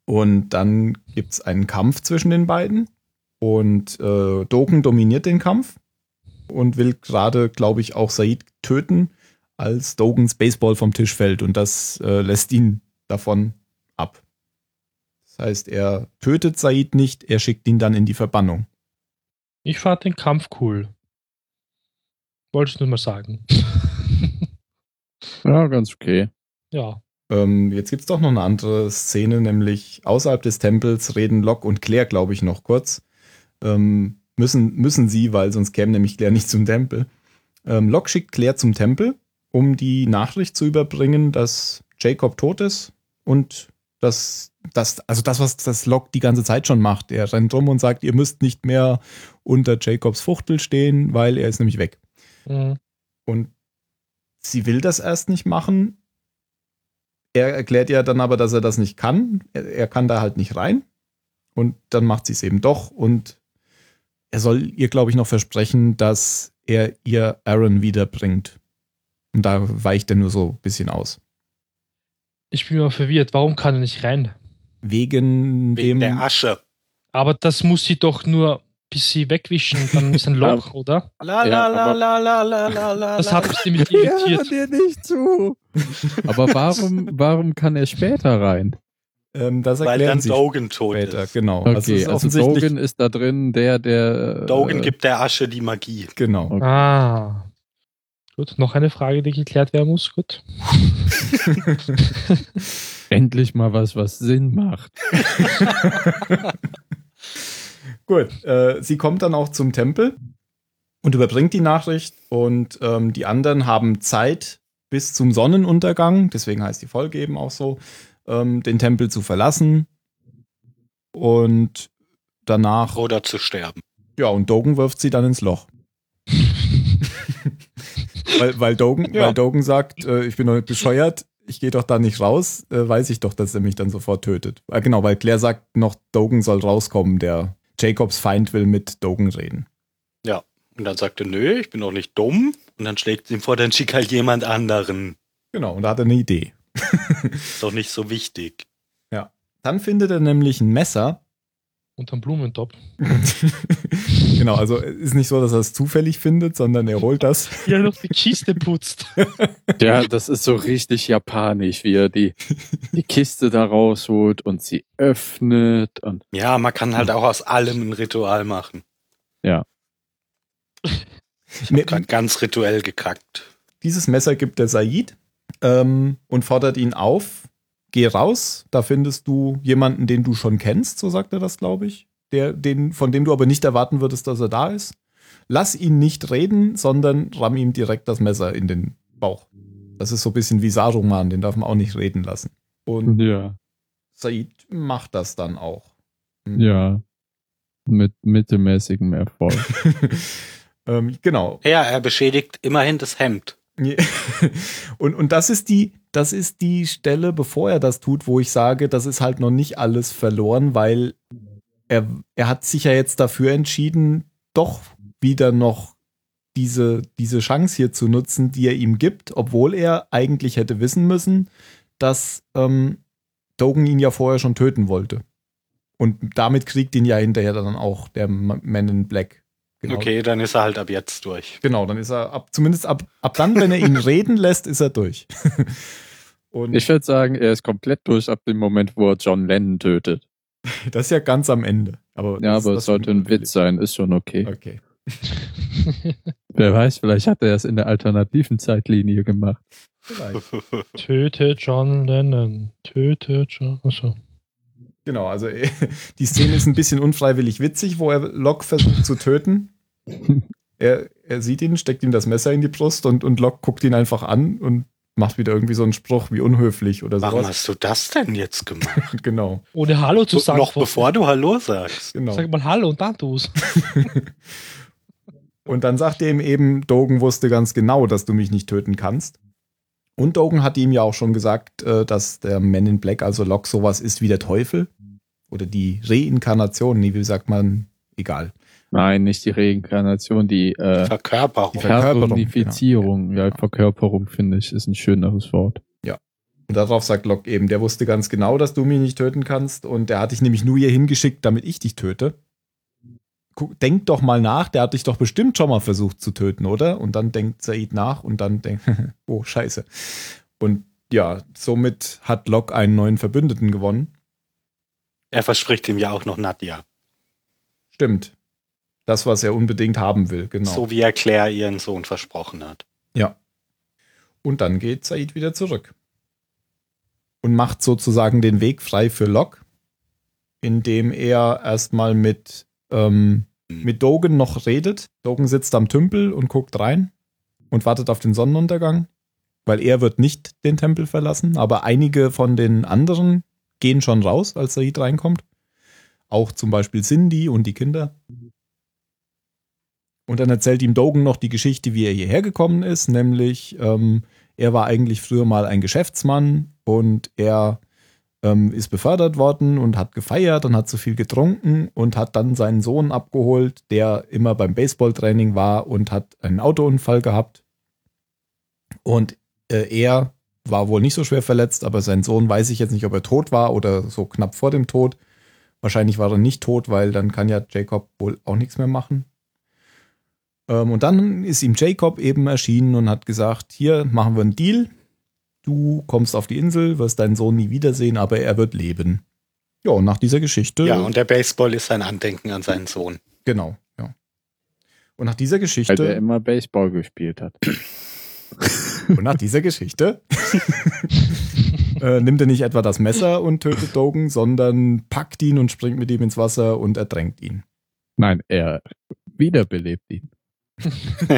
Und dann gibt es einen Kampf zwischen den beiden und äh, Dogen dominiert den Kampf und will gerade, glaube ich, auch Said töten als Dogans Baseball vom Tisch fällt und das äh, lässt ihn davon ab. Das heißt, er tötet Said nicht, er schickt ihn dann in die Verbannung.
Ich fand den Kampf cool. Wollte ich nur mal sagen.
Ja, ganz okay.
ja.
Ähm, jetzt gibt es doch noch eine andere Szene, nämlich außerhalb des Tempels reden Locke und Claire, glaube ich, noch kurz. Ähm, müssen, müssen sie, weil sonst käme nämlich Claire nicht zum Tempel. Ähm, Locke schickt Claire zum Tempel, um die Nachricht zu überbringen, dass Jacob tot ist und dass das, also das, was das Locke die ganze Zeit schon macht. Er rennt rum und sagt, ihr müsst nicht mehr unter Jacobs Fuchtel stehen, weil er ist nämlich weg.
Mhm.
Und sie will das erst nicht machen. Er erklärt ihr dann aber, dass er das nicht kann. Er, er kann da halt nicht rein. Und dann macht sie es eben doch. Und er soll ihr, glaube ich, noch versprechen, dass er ihr Aaron wiederbringt. Und da weicht er nur so ein bisschen aus.
Ich bin immer verwirrt. Warum kann er nicht rein?
Wegen,
Wegen
dem.
der Asche.
Aber das muss sie doch nur bis sie wegwischen. Dann ist ein Loch, oder?
La,
Ja,
la, la, la,
aber-
la, la, la, la,
Das
la.
hat mich nämlich
Ja,
irritiert.
dir nicht zu. Aber warum, warum kann er später rein?
ähm, das
weil dann
erklären sie
Dogen tot
später.
ist.
Genau. es
Okay,
ist
also
offensichtlich-
Dogen ist da drin, der, der. äh,
Dogen gibt der Asche die Magie.
Genau.
Okay.
Ah. Gut, noch eine Frage, die geklärt werden muss. Gut.
endlich mal was, was Sinn macht.
Gut, äh, sie kommt dann auch zum Tempel und überbringt die Nachricht und ähm, die anderen haben Zeit bis zum Sonnenuntergang, deswegen heißt die Folge eben auch so, ähm, den Tempel zu verlassen und danach,
Oder zu sterben.
ja, und Dogen wirft sie dann ins Loch. weil, weil, Dogen,
Ja.
weil Dogen sagt, äh, ich bin doch nicht bescheuert, ich gehe doch da nicht raus, äh, weiß ich doch, dass er mich dann sofort tötet. Äh, genau, weil Claire sagt noch, Dogen soll rauskommen, der Jacobs Feind will mit Dogen reden.
Und dann sagt er, nö, ich bin doch nicht dumm. Und dann schlägt sie ihm vor, dann schick halt jemand anderen.
Genau, und da hat er eine Idee.
Ist doch nicht so wichtig.
Dann findet er nämlich ein Messer.
Unterm Blumentopf.
genau, also es ist nicht so, dass er es zufällig findet, sondern er holt das.
Ja, noch die Kiste putzt.
Ja, das ist so richtig japanisch, wie er die, die Kiste da rausholt und sie öffnet und
Ja, man kann halt auch aus allem ein Ritual machen.
Mir-
Kann ganz rituell gekackt.
Dieses Messer gibt der Said ähm, und fordert ihn auf. Geh raus, da findest du jemanden, den du schon kennst, so sagt er das, glaube ich. Der, den, von dem du aber nicht erwarten würdest, dass er da ist. Lass ihn nicht reden, sondern ramm ihm direkt das Messer in den Bauch. Das ist so ein bisschen wie Saruman, den darf man auch nicht reden lassen. Und
ja,
Said macht das dann auch.
ja. Mit mittelmäßigem Erfolg.
ähm, genau.
Ja, er beschädigt immerhin das Hemd.
Ja. Und, und das ist die, das ist die Stelle, bevor er das tut, wo ich sage, das ist halt noch nicht alles verloren, weil er, er hat sich ja jetzt dafür entschieden, doch wieder noch diese, diese Chance hier zu nutzen, die er ihm gibt, obwohl er eigentlich hätte wissen müssen, dass ähm, Dogen ihn ja vorher schon töten wollte. Und damit kriegt ihn ja hinterher dann auch der Ma- Man in Black. Genau.
Okay, dann ist er halt ab jetzt durch.
Genau, dann ist er ab, zumindest ab, ab dann, wenn er ihn reden lässt, ist er durch. Und
Ich würde sagen, er ist komplett durch ab dem Moment, wo er John Lennon tötet.
das ist ja ganz am Ende. Aber
Ja,
das-
aber
das
es sollte ein Witz sein, ist schon okay.
Okay.
Wer weiß, vielleicht hat er das in der alternativen Zeitlinie gemacht.
Vielleicht.
Töte John Lennon. Töte John. Achso.
Genau, also äh, die Szene ist ein bisschen unfreiwillig witzig, wo er Locke versucht zu töten. Er, er sieht ihn, steckt ihm das Messer in die Brust und, und Locke guckt ihn einfach an und macht wieder irgendwie so einen Spruch wie unhöflich oder
Warum
sowas.
hast du das denn jetzt gemacht?
Genau,
Ohne Hallo zu sagen.
Noch bevor du Hallo sagst.
genau.
Sag mal Hallo und dann du's.
Und dann sagt er ihm eben, Dogen wusste ganz genau, dass du mich nicht töten kannst. Und Dogen hat ihm ja auch schon gesagt, äh, dass der Man in Black, also Locke, sowas ist wie der Teufel. Oder die Reinkarnation, nee, wie sagt man, egal.
Nein, nicht die Reinkarnation, die äh,
Verkörperung. genau.
Die Verkörperung,
Personifizierung, ja, Verkörperung finde ich, ist ein schöneres Wort.
Und darauf sagt Locke eben, der wusste ganz genau, dass du mich nicht töten kannst und der hat dich nämlich nur hier hingeschickt, damit ich dich töte. Guck, denk doch mal nach, der hat dich doch bestimmt schon mal versucht zu töten, oder? Und dann denkt Said nach und dann denkt, oh, scheiße. Und ja, somit hat Locke einen neuen Verbündeten gewonnen.
Er verspricht ihm ja auch noch Nadja.
Stimmt. Das, was er unbedingt haben will, genau.
So wie er Claire ihren Sohn versprochen hat.
Und dann geht Said wieder zurück. Und macht sozusagen den Weg frei für Locke, indem er erstmal mit, ähm, mit Dogen noch redet. Dogen sitzt am Tümpel und guckt rein und wartet auf den Sonnenuntergang, weil er wird nicht den Tempel verlassen, aber einige von den anderen gehen schon raus, als Said reinkommt. Auch zum Beispiel Cindy und die Kinder. Und dann erzählt ihm Dogen noch die Geschichte, wie er hierher gekommen ist, nämlich ähm, er war eigentlich früher mal ein Geschäftsmann und er ähm, ist befördert worden und hat gefeiert und hat zu viel getrunken und hat dann seinen Sohn abgeholt, der immer beim Baseballtraining war und hat einen Autounfall gehabt. Und äh, er war wohl nicht so schwer verletzt, aber sein Sohn weiß ich jetzt nicht, ob er tot war oder so knapp vor dem Tod. Wahrscheinlich war er nicht tot, weil dann kann ja Jacob wohl auch nichts mehr machen. Ähm, und dann ist ihm Jacob eben erschienen und hat gesagt, hier machen wir einen Deal. Du kommst auf die Insel, wirst deinen Sohn nie wiedersehen, aber er wird leben. Ja, und nach dieser Geschichte.
Ja, und der Baseball ist sein Andenken an seinen Sohn.
genau, ja. Und nach dieser
weil
Also,
er
ähm,
Geschichte.
immer Baseball gespielt hat.
Und nach dieser Geschichte äh, nimmt er nicht etwa das Messer und tötet Dogen, sondern packt ihn und springt mit ihm ins Wasser und ertränkt ihn.
Nein, er wiederbelebt ihn.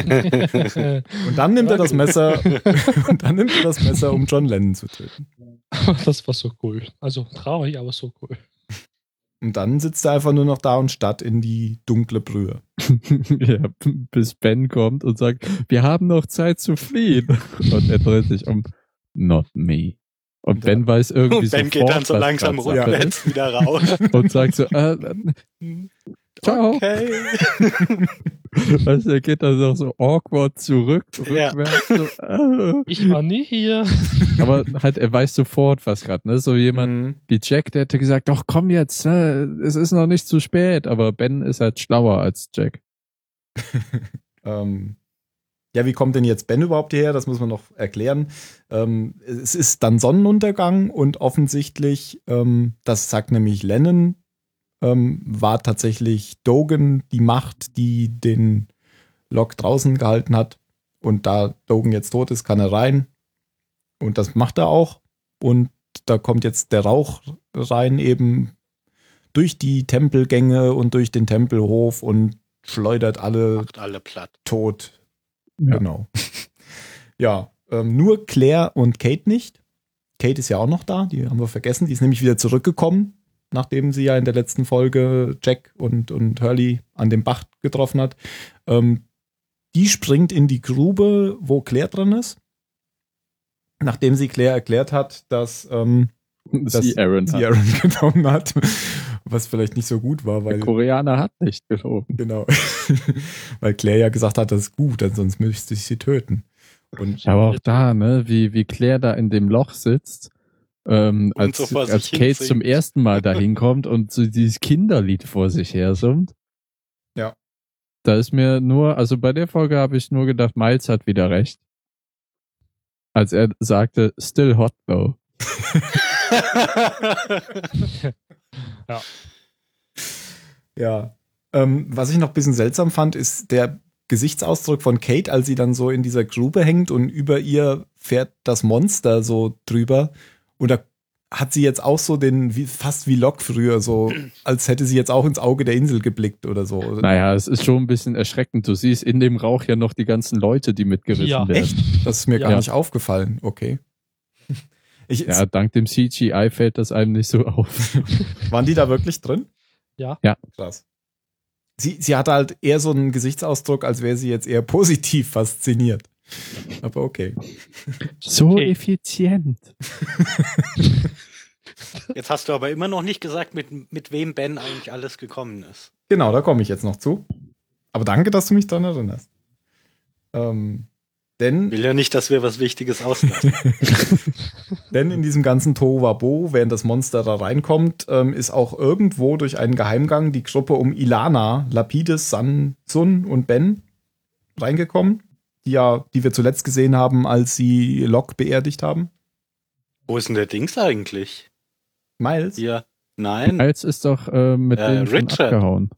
Und dann nimmt er das Messer und dann nimmt er das Messer, um John Lennon zu töten.
das war so cool. Also traurig, aber so cool.
Und dann sitzt er einfach nur noch da und starrt in die dunkle Brühe.
ja, b- bis Ben kommt und sagt, wir haben noch Zeit zu fliehen. Und er dreht sich um, not me. Und Ben weiß irgendwie
Und Ben
sofort,
geht dann so
was
langsam
Tatsache
rückwärts wieder raus.
ist Und sagt so, äh, äh, ciao.
Okay.
Weißt du, er geht dann auch so awkward zurück,
Ja.
rückwärts. So, äh.
Ich war nie hier.
Aber halt, er weiß sofort, was gerade, ne? So
Mhm.
jemand wie Jack, der hätte gesagt, doch komm jetzt, ne? es ist noch nicht zu spät. Aber Ben ist halt schlauer als Jack.
Ähm, ja, wie kommt denn jetzt Ben überhaupt hierher? Das muss man noch erklären. Ähm, es ist dann Sonnenuntergang und offensichtlich, ähm, das sagt nämlich Lennon, ähm, war tatsächlich Dogen die Macht, die den Locke draußen gehalten hat. Und da Dogen jetzt tot ist, kann er rein. Und das macht er auch. Und da kommt jetzt der Rauch rein, eben durch die Tempelgänge und durch den Tempelhof und schleudert alle
Macht alle platt.
tot.
Ja.
Genau. ja, ähm, nur Claire und Kate nicht. Kate ist ja auch noch da, die haben wir vergessen. Die ist nämlich wieder zurückgekommen, nachdem sie ja in der letzten Folge Jack und, und Hurley an dem Bach getroffen hat. Ähm, die springt in die Grube, wo Claire drin ist. Nachdem sie Claire erklärt hat, dass ähm, Das-
Sie Aaron hat.
sie Aaron genommen hat Was vielleicht nicht so gut war,
Der
weil.
Koreaner hat nicht gelogen.
Genau. weil Claire ja gesagt hat, das ist gut, denn sonst müsste ich sie töten. Und
Ich habe auch da, ne, wie, wie Claire da in dem Loch sitzt, ähm,
Und so
als,
vor sich
als
hin
Kate
singt.
zum ersten Mal da hinkommt und so dieses Kinderlied vor sich her summt.
Ja.
Da ist mir nur, also bei der Folge habe ich nur gedacht, Miles hat wieder recht. Als er sagte, still hot though.
Ja. Ähm, was ich noch ein bisschen seltsam fand, ist der Gesichtsausdruck von Kate, als sie dann so in dieser Grube hängt und über ihr fährt das Monster so drüber. Und da hat sie jetzt auch so den, wie, fast wie Locke früher, so als hätte sie jetzt auch ins Auge der Insel geblickt oder so.
Naja, es ist schon ein bisschen erschreckend. Du siehst in dem Rauch ja noch die ganzen Leute, die mitgerissen
Ja.
werden.
Das ist mir gar
Ja.
nicht aufgefallen. Okay. Ich,
Ja, dank dem CGI fällt das einem nicht so auf.
Waren die da wirklich drin?
Ja.
Ja.
Krass. Sie, sie hatte halt eher so einen Gesichtsausdruck, als wäre sie jetzt eher positiv fasziniert. Aber okay.
So
Okay.
effizient.
Jetzt hast du aber immer noch nicht gesagt, mit, mit wem Ben eigentlich alles gekommen ist.
Genau, da komme ich jetzt noch zu. Aber danke, dass du mich daran erinnerst. Ähm, denn,
Will ja nicht, dass wir was Wichtiges auslassen.
denn in diesem ganzen Tohuwabo, während das Monster da reinkommt, ähm, ist auch irgendwo durch einen Geheimgang die Gruppe um Ilana, Lapides, San, Sun und Ben reingekommen, die ja, die wir zuletzt gesehen haben, als sie Locke beerdigt haben.
Wo ist denn der Dings eigentlich?
Miles?
Hier. Nein,
Als ist doch äh, mit
Äh,
denen schon
Richard.
abgehauen.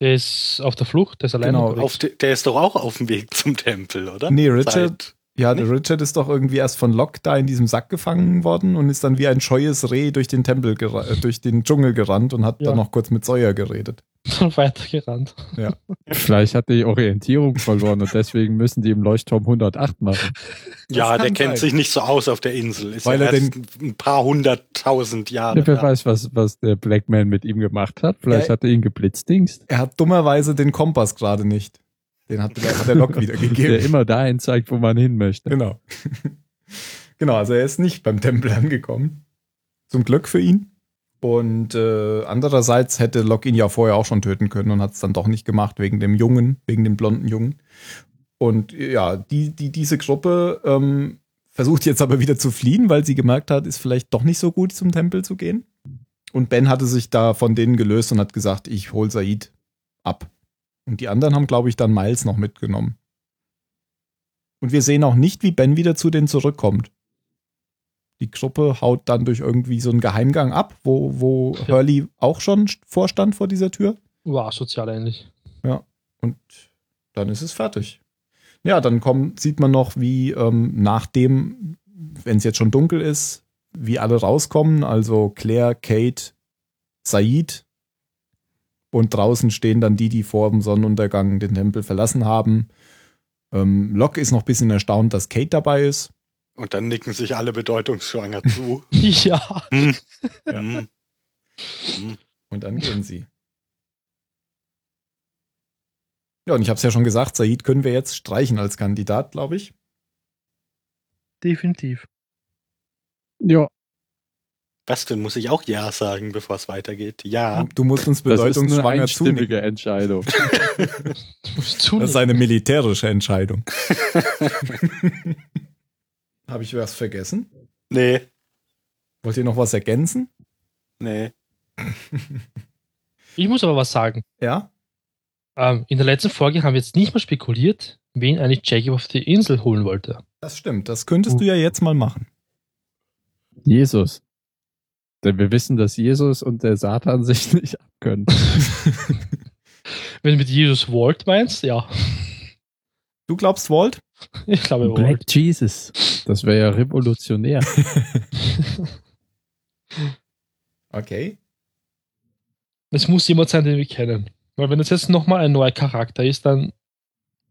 Der ist auf der Flucht, der ist alleine.
Genau.
unterwegs.
auf, de- der ist doch auch auf dem Weg zum Tempel, oder?
Nee, Richard,
Seit-
ja, der
nicht?
Richard ist doch irgendwie erst von Locke da in diesem Sack gefangen worden und ist dann wie ein scheues Reh durch den Tempel, gera- äh, durch den Dschungel gerannt und hat
Ja.
dann noch kurz mit Sawyer geredet.
Und weitergerannt.
Vielleicht hat die Orientierung verloren und deswegen müssen die im Leuchtturm 108 machen.
ja,
kann
der kennt
sein.
sich nicht so aus auf der Insel. Ist
Weil
ja
er
erst ein paar hunderttausend Jahre.
Wer
da.
weiß, was, was der Black Man mit ihm gemacht hat. Vielleicht
Ah, Ja.
hat er ihn geblitzdingst.
Er hat dummerweise den Kompass gerade nicht. Den hat, hat der Locke
Der
wiedergegeben.
immer dahin zeigt, wo man hin möchte.
Genau. genau, also er ist nicht beim Tempel angekommen. Zum Glück für ihn. Und äh, andererseits hätte Locke ihn ja vorher auch schon töten können und hat es dann doch nicht gemacht, wegen dem Jungen, wegen dem blonden Jungen. Und äh, ja, die, die, diese Gruppe ähm, versucht jetzt aber wieder zu fliehen, weil sie gemerkt hat, ist vielleicht doch nicht so gut, zum Tempel zu gehen. Und Ben hatte sich da von denen gelöst und hat gesagt, ich hol Said ab. Und die anderen haben, glaube ich, dann Miles noch mitgenommen. Und wir sehen auch nicht, wie Ben wieder zu denen zurückkommt. Die Gruppe haut dann durch irgendwie so einen Geheimgang ab, wo, wo
Ja.
Hurley auch schon vorstand vor dieser Tür.
Wow, sozial ähnlich.
Und dann ist es fertig. Ja, dann kommt, sieht man noch, wie ähm, nachdem, wenn es jetzt schon dunkel ist, wie alle rauskommen. Also Claire, Kate, Said. Und draußen stehen dann die, die vor dem Sonnenuntergang den Tempel verlassen haben. Ähm, Locke ist noch ein bisschen erstaunt, dass Kate dabei ist.
Und dann nicken sich alle bedeutungsschwanger zu.
Ja.
Hm.
Und dann gehen sie. Ja, und ich habe es ja schon gesagt, Said können wir jetzt streichen als Kandidat, glaube ich.
Definitiv.
Ja,
Was denn? Muss ich auch Ja sagen, bevor es weitergeht? Ja.
Du musst uns
das ist eine
bedeutungsschwanger zunicken.
einstimmige Entscheidung.
Muss zu
Das ist eine militärische Entscheidung. Habe ich was vergessen?
Nee,
Wollt ihr noch was ergänzen?
nee.
ich muss aber was sagen.
Ja?
Ähm, in der letzten Folge haben wir jetzt nicht mal spekuliert, wen eigentlich Jacob auf die Insel holen wollte.
Das stimmt. Das könntest du ja jetzt mal machen.
Jesus. Denn wir wissen, dass Jesus und der Satan sich nicht abkönnen.
Wenn du mit Jesus Walt meinst, ja.
Du glaubst, Walt?
Ich glaube, Walt.
Black Jesus. Das wäre ja revolutionär.
Okay.
Es muss jemand sein, den wir kennen. Weil wenn das jetzt nochmal ein neuer Charakter ist, dann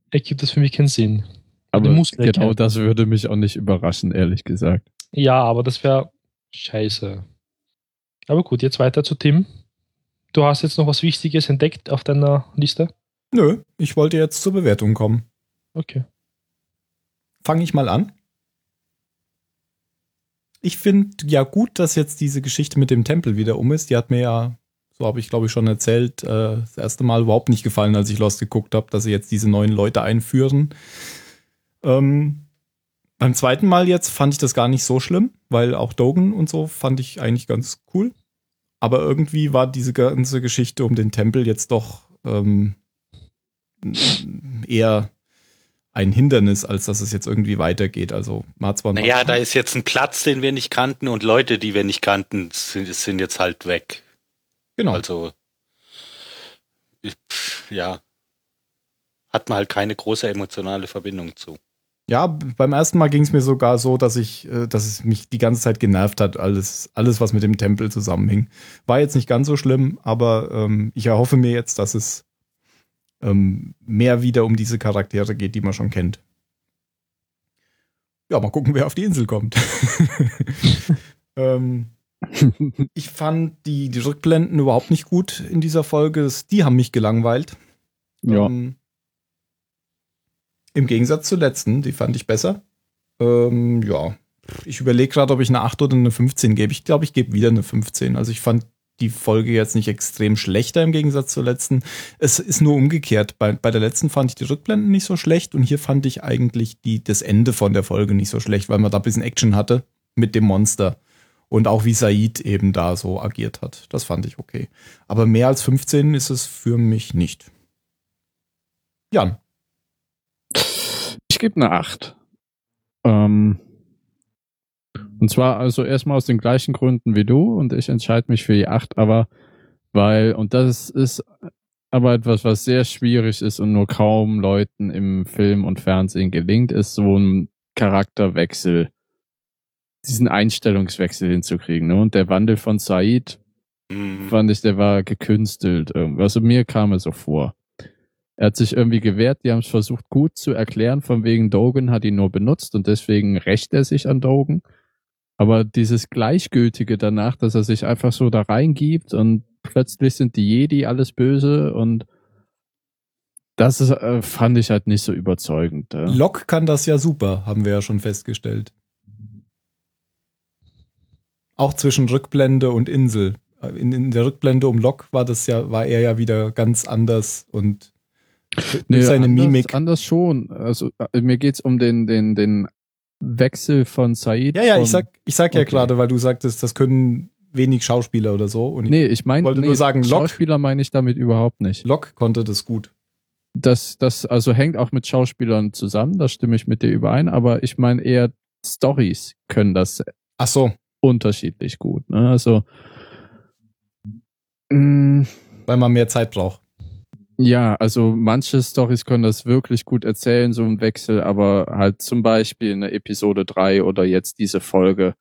ergibt das für mich keinen Sinn.
Aber
Du musst Black
genau
Man.
das würde mich auch nicht überraschen, ehrlich gesagt.
Ja, aber das wäre scheiße. Aber gut, jetzt weiter zu Tim. Du hast jetzt noch was Wichtiges entdeckt auf deiner Liste?
Nö, ich wollte jetzt zur Bewertung kommen.
Okay.
Fange ich mal an. Ich finde ja gut, dass jetzt diese Geschichte mit dem Tempel wieder um ist. Die hat mir ja so habe ich glaube ich schon erzählt, äh, das erste Mal überhaupt nicht gefallen, als ich Lost geguckt habe, dass sie jetzt diese neuen Leute einführen. Ähm, beim zweiten Mal jetzt fand ich das gar nicht so schlimm, weil auch Dogen und so fand ich eigentlich ganz cool. Aber irgendwie war diese ganze Geschichte um den Tempel jetzt doch ähm, eher ein Hindernis, als dass es jetzt irgendwie weitergeht. Also man hat zwar noch-
Naja, da ist jetzt ein Platz, den wir nicht kannten und Leute, die wir nicht kannten, sind, sind jetzt halt weg.
genau.
Also, ich, pff, ja, hat man halt keine große emotionale Verbindung zu.
Ja, b- beim ersten Mal ging es mir sogar so, dass ich, äh, dass es mich die ganze Zeit genervt hat, alles, alles, was mit dem Tempel zusammenhing. War jetzt nicht ganz so schlimm, aber ähm, ich erhoffe mir jetzt, dass es ähm, mehr wieder um diese Charaktere geht, die man schon kennt. Ja, mal gucken, wer auf die Insel kommt. ähm, ich fand die, die Rückblenden überhaupt nicht gut in dieser Folge. Das- Die haben mich gelangweilt.
Ja.
Ähm, Im Gegensatz zur letzten, die fand ich besser. Ähm, ja, ich überlege gerade, ob ich eine 8 oder eine 15 gebe. Ich glaube, ich gebe wieder eine 15. Also ich fand die Folge jetzt nicht extrem schlechter im Gegensatz zur letzten. Es ist nur umgekehrt. Bei, bei der letzten fand ich die Rückblenden nicht so schlecht und hier fand ich eigentlich die, das Ende von der Folge nicht so schlecht, weil man da ein bisschen Action hatte mit dem Monster. Und auch wie Said eben da so agiert hat. Das fand ich okay. Aber mehr als 15 ist es für mich nicht. Jan,
Ich gebe eine 8. Ähm, und zwar also erstmal aus den gleichen Gründen wie du und ich entscheide mich für die 8, aber weil, und das ist aber etwas, was sehr schwierig ist und nur kaum Leuten im Film und Fernsehen gelingt, ist so ein Charakterwechsel, diesen Einstellungswechsel hinzukriegen. Ne? Und der Wandel von Said
Mhm.
fand ich, der war gekünstelt. irgendwie. Also mir kam er so vor. Er hat sich irgendwie gewehrt, die haben es versucht gut zu erklären, von wegen Dogen hat ihn nur benutzt und deswegen rächt er sich an Dogen. Aber dieses Gleichgültige danach, dass er sich einfach so da reingibt und plötzlich sind die Jedi alles böse und das ist, äh, fand ich halt nicht so überzeugend. äh.
Lok kann das ja super, haben wir ja schon festgestellt. Auch zwischen Rückblende und Insel. In, in der Rückblende um Lok war das ja, war er ja wieder ganz anders und
Nee,
durch seine
anders,
Mimik.
Anders schon. Also äh, mir geht's um den, den, den Wechsel von Said.
Ja, ja,
von,
ich sag, ich sag ja
Okay.
gerade, weil du sagtest, das können wenig Schauspieler oder so. Und
Nee, ich meine,
Wollte
nee,
nur sagen, Lok.
Schauspieler meine ich damit überhaupt nicht.
Lok konnte das gut.
Das, das also hängt auch mit Schauspielern zusammen, da stimme ich mit dir überein, aber ich meine eher Stories können das
Ach so,
unterschiedlich gut. Ne? Also mh,
weil man mehr Zeit braucht.
ja, also manche Stories können das wirklich gut erzählen, so ein Wechsel, aber halt zum Beispiel in der Episode 3 oder jetzt diese Folge,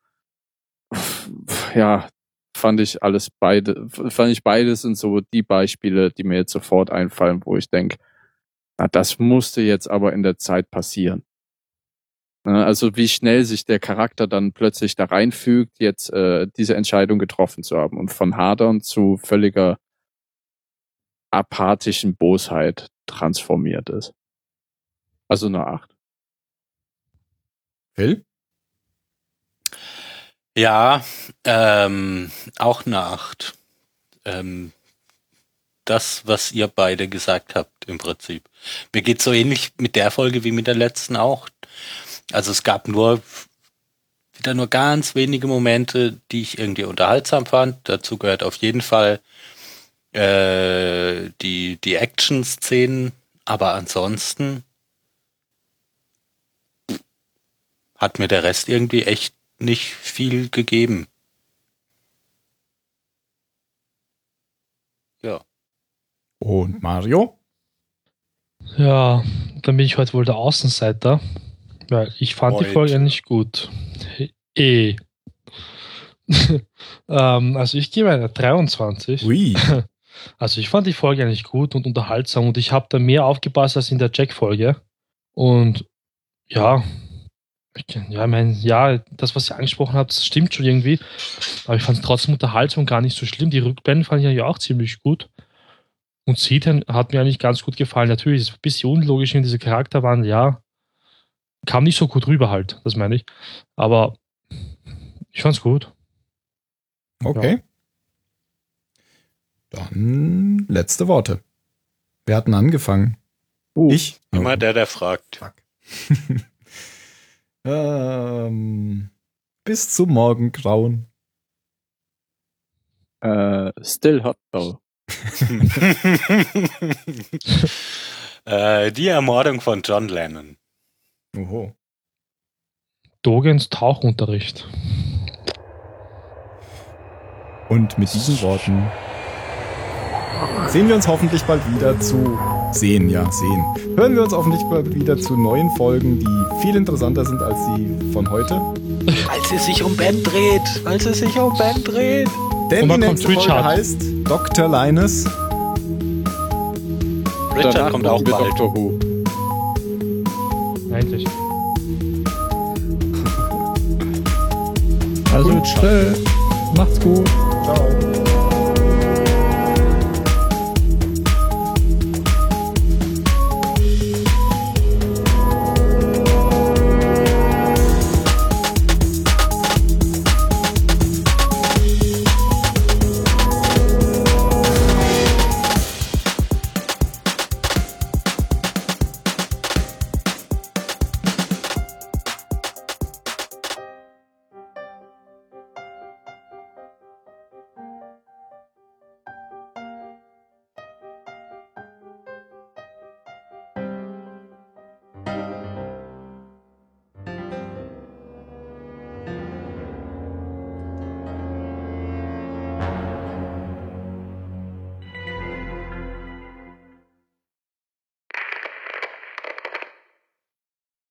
pf, pf, ja, fand ich alles beide, fand ich beides sind so die Beispiele, die mir jetzt sofort einfallen, wo ich denke, na, das musste jetzt aber in der Zeit passieren. Ne, Also wie schnell sich der Charakter dann plötzlich da reinfügt, jetzt äh, diese Entscheidung getroffen zu haben und von Hadern zu völliger apathischen Bosheit transformiert ist. Also eine 8.
Phil?
Ja, ähm, auch eine Acht. Ähm, das, was ihr beide gesagt habt, im Prinzip. Mir geht's so ähnlich mit der Folge wie mit der letzten auch. Also es gab nur wieder nur ganz wenige Momente, die ich irgendwie unterhaltsam fand. Dazu gehört auf jeden Fall äh, die, die Action-Szenen, aber ansonsten hat mir der Rest irgendwie echt nicht viel gegeben. Ja.
Und Mario?
Ja, dann bin ich heute wohl der Außenseiter, weil ich fand
Heute.
die Folge nicht gut. Eh. ähm, also ich gebe eine 23.
Ui.
Also ich fand die Folge eigentlich gut und unterhaltsam und ich habe da mehr aufgepasst als in der Jack-Folge. Und ja, ich, kann- ja, ich mein, ja, das, was ihr angesprochen habt, das stimmt schon irgendwie. Aber ich fand es trotzdem unterhaltsam gar nicht so schlimm. Die Rückblenden fand ich ja auch ziemlich gut. Und Seaton hat mir eigentlich ganz gut gefallen. Natürlich ist es ein bisschen unlogisch in diese Charakterwandel, ja. Kam nicht so gut rüber halt, das meine ich. Aber ich fand's gut.
Okay. Dann letzte Worte. Wir hatten angefangen.
Uh,
Oh.
Ich?
Immer der, der fragt.
ähm, bis zum Morgengrauen.
Äh, still hot though.
äh, die Ermordung von John Lennon.
Oho.
Dogens Tauchunterricht.
Und mit diesen Worten sehen wir uns hoffentlich bald wieder zu sehen, ja, sehen. Hören wir uns hoffentlich bald wieder zu neuen Folgen, die viel interessanter sind als die von heute.
Weil sie sich um Ben dreht. Weil sie sich um Ben dreht.
Denn
Und
die
dann kommt
nächste Folge
Richard.
heißt Dr. Linus.
Richard kommt auch
wir
bald.
Doctor Who.
Endlich.
Also
Gut.
tschö. Macht's gut.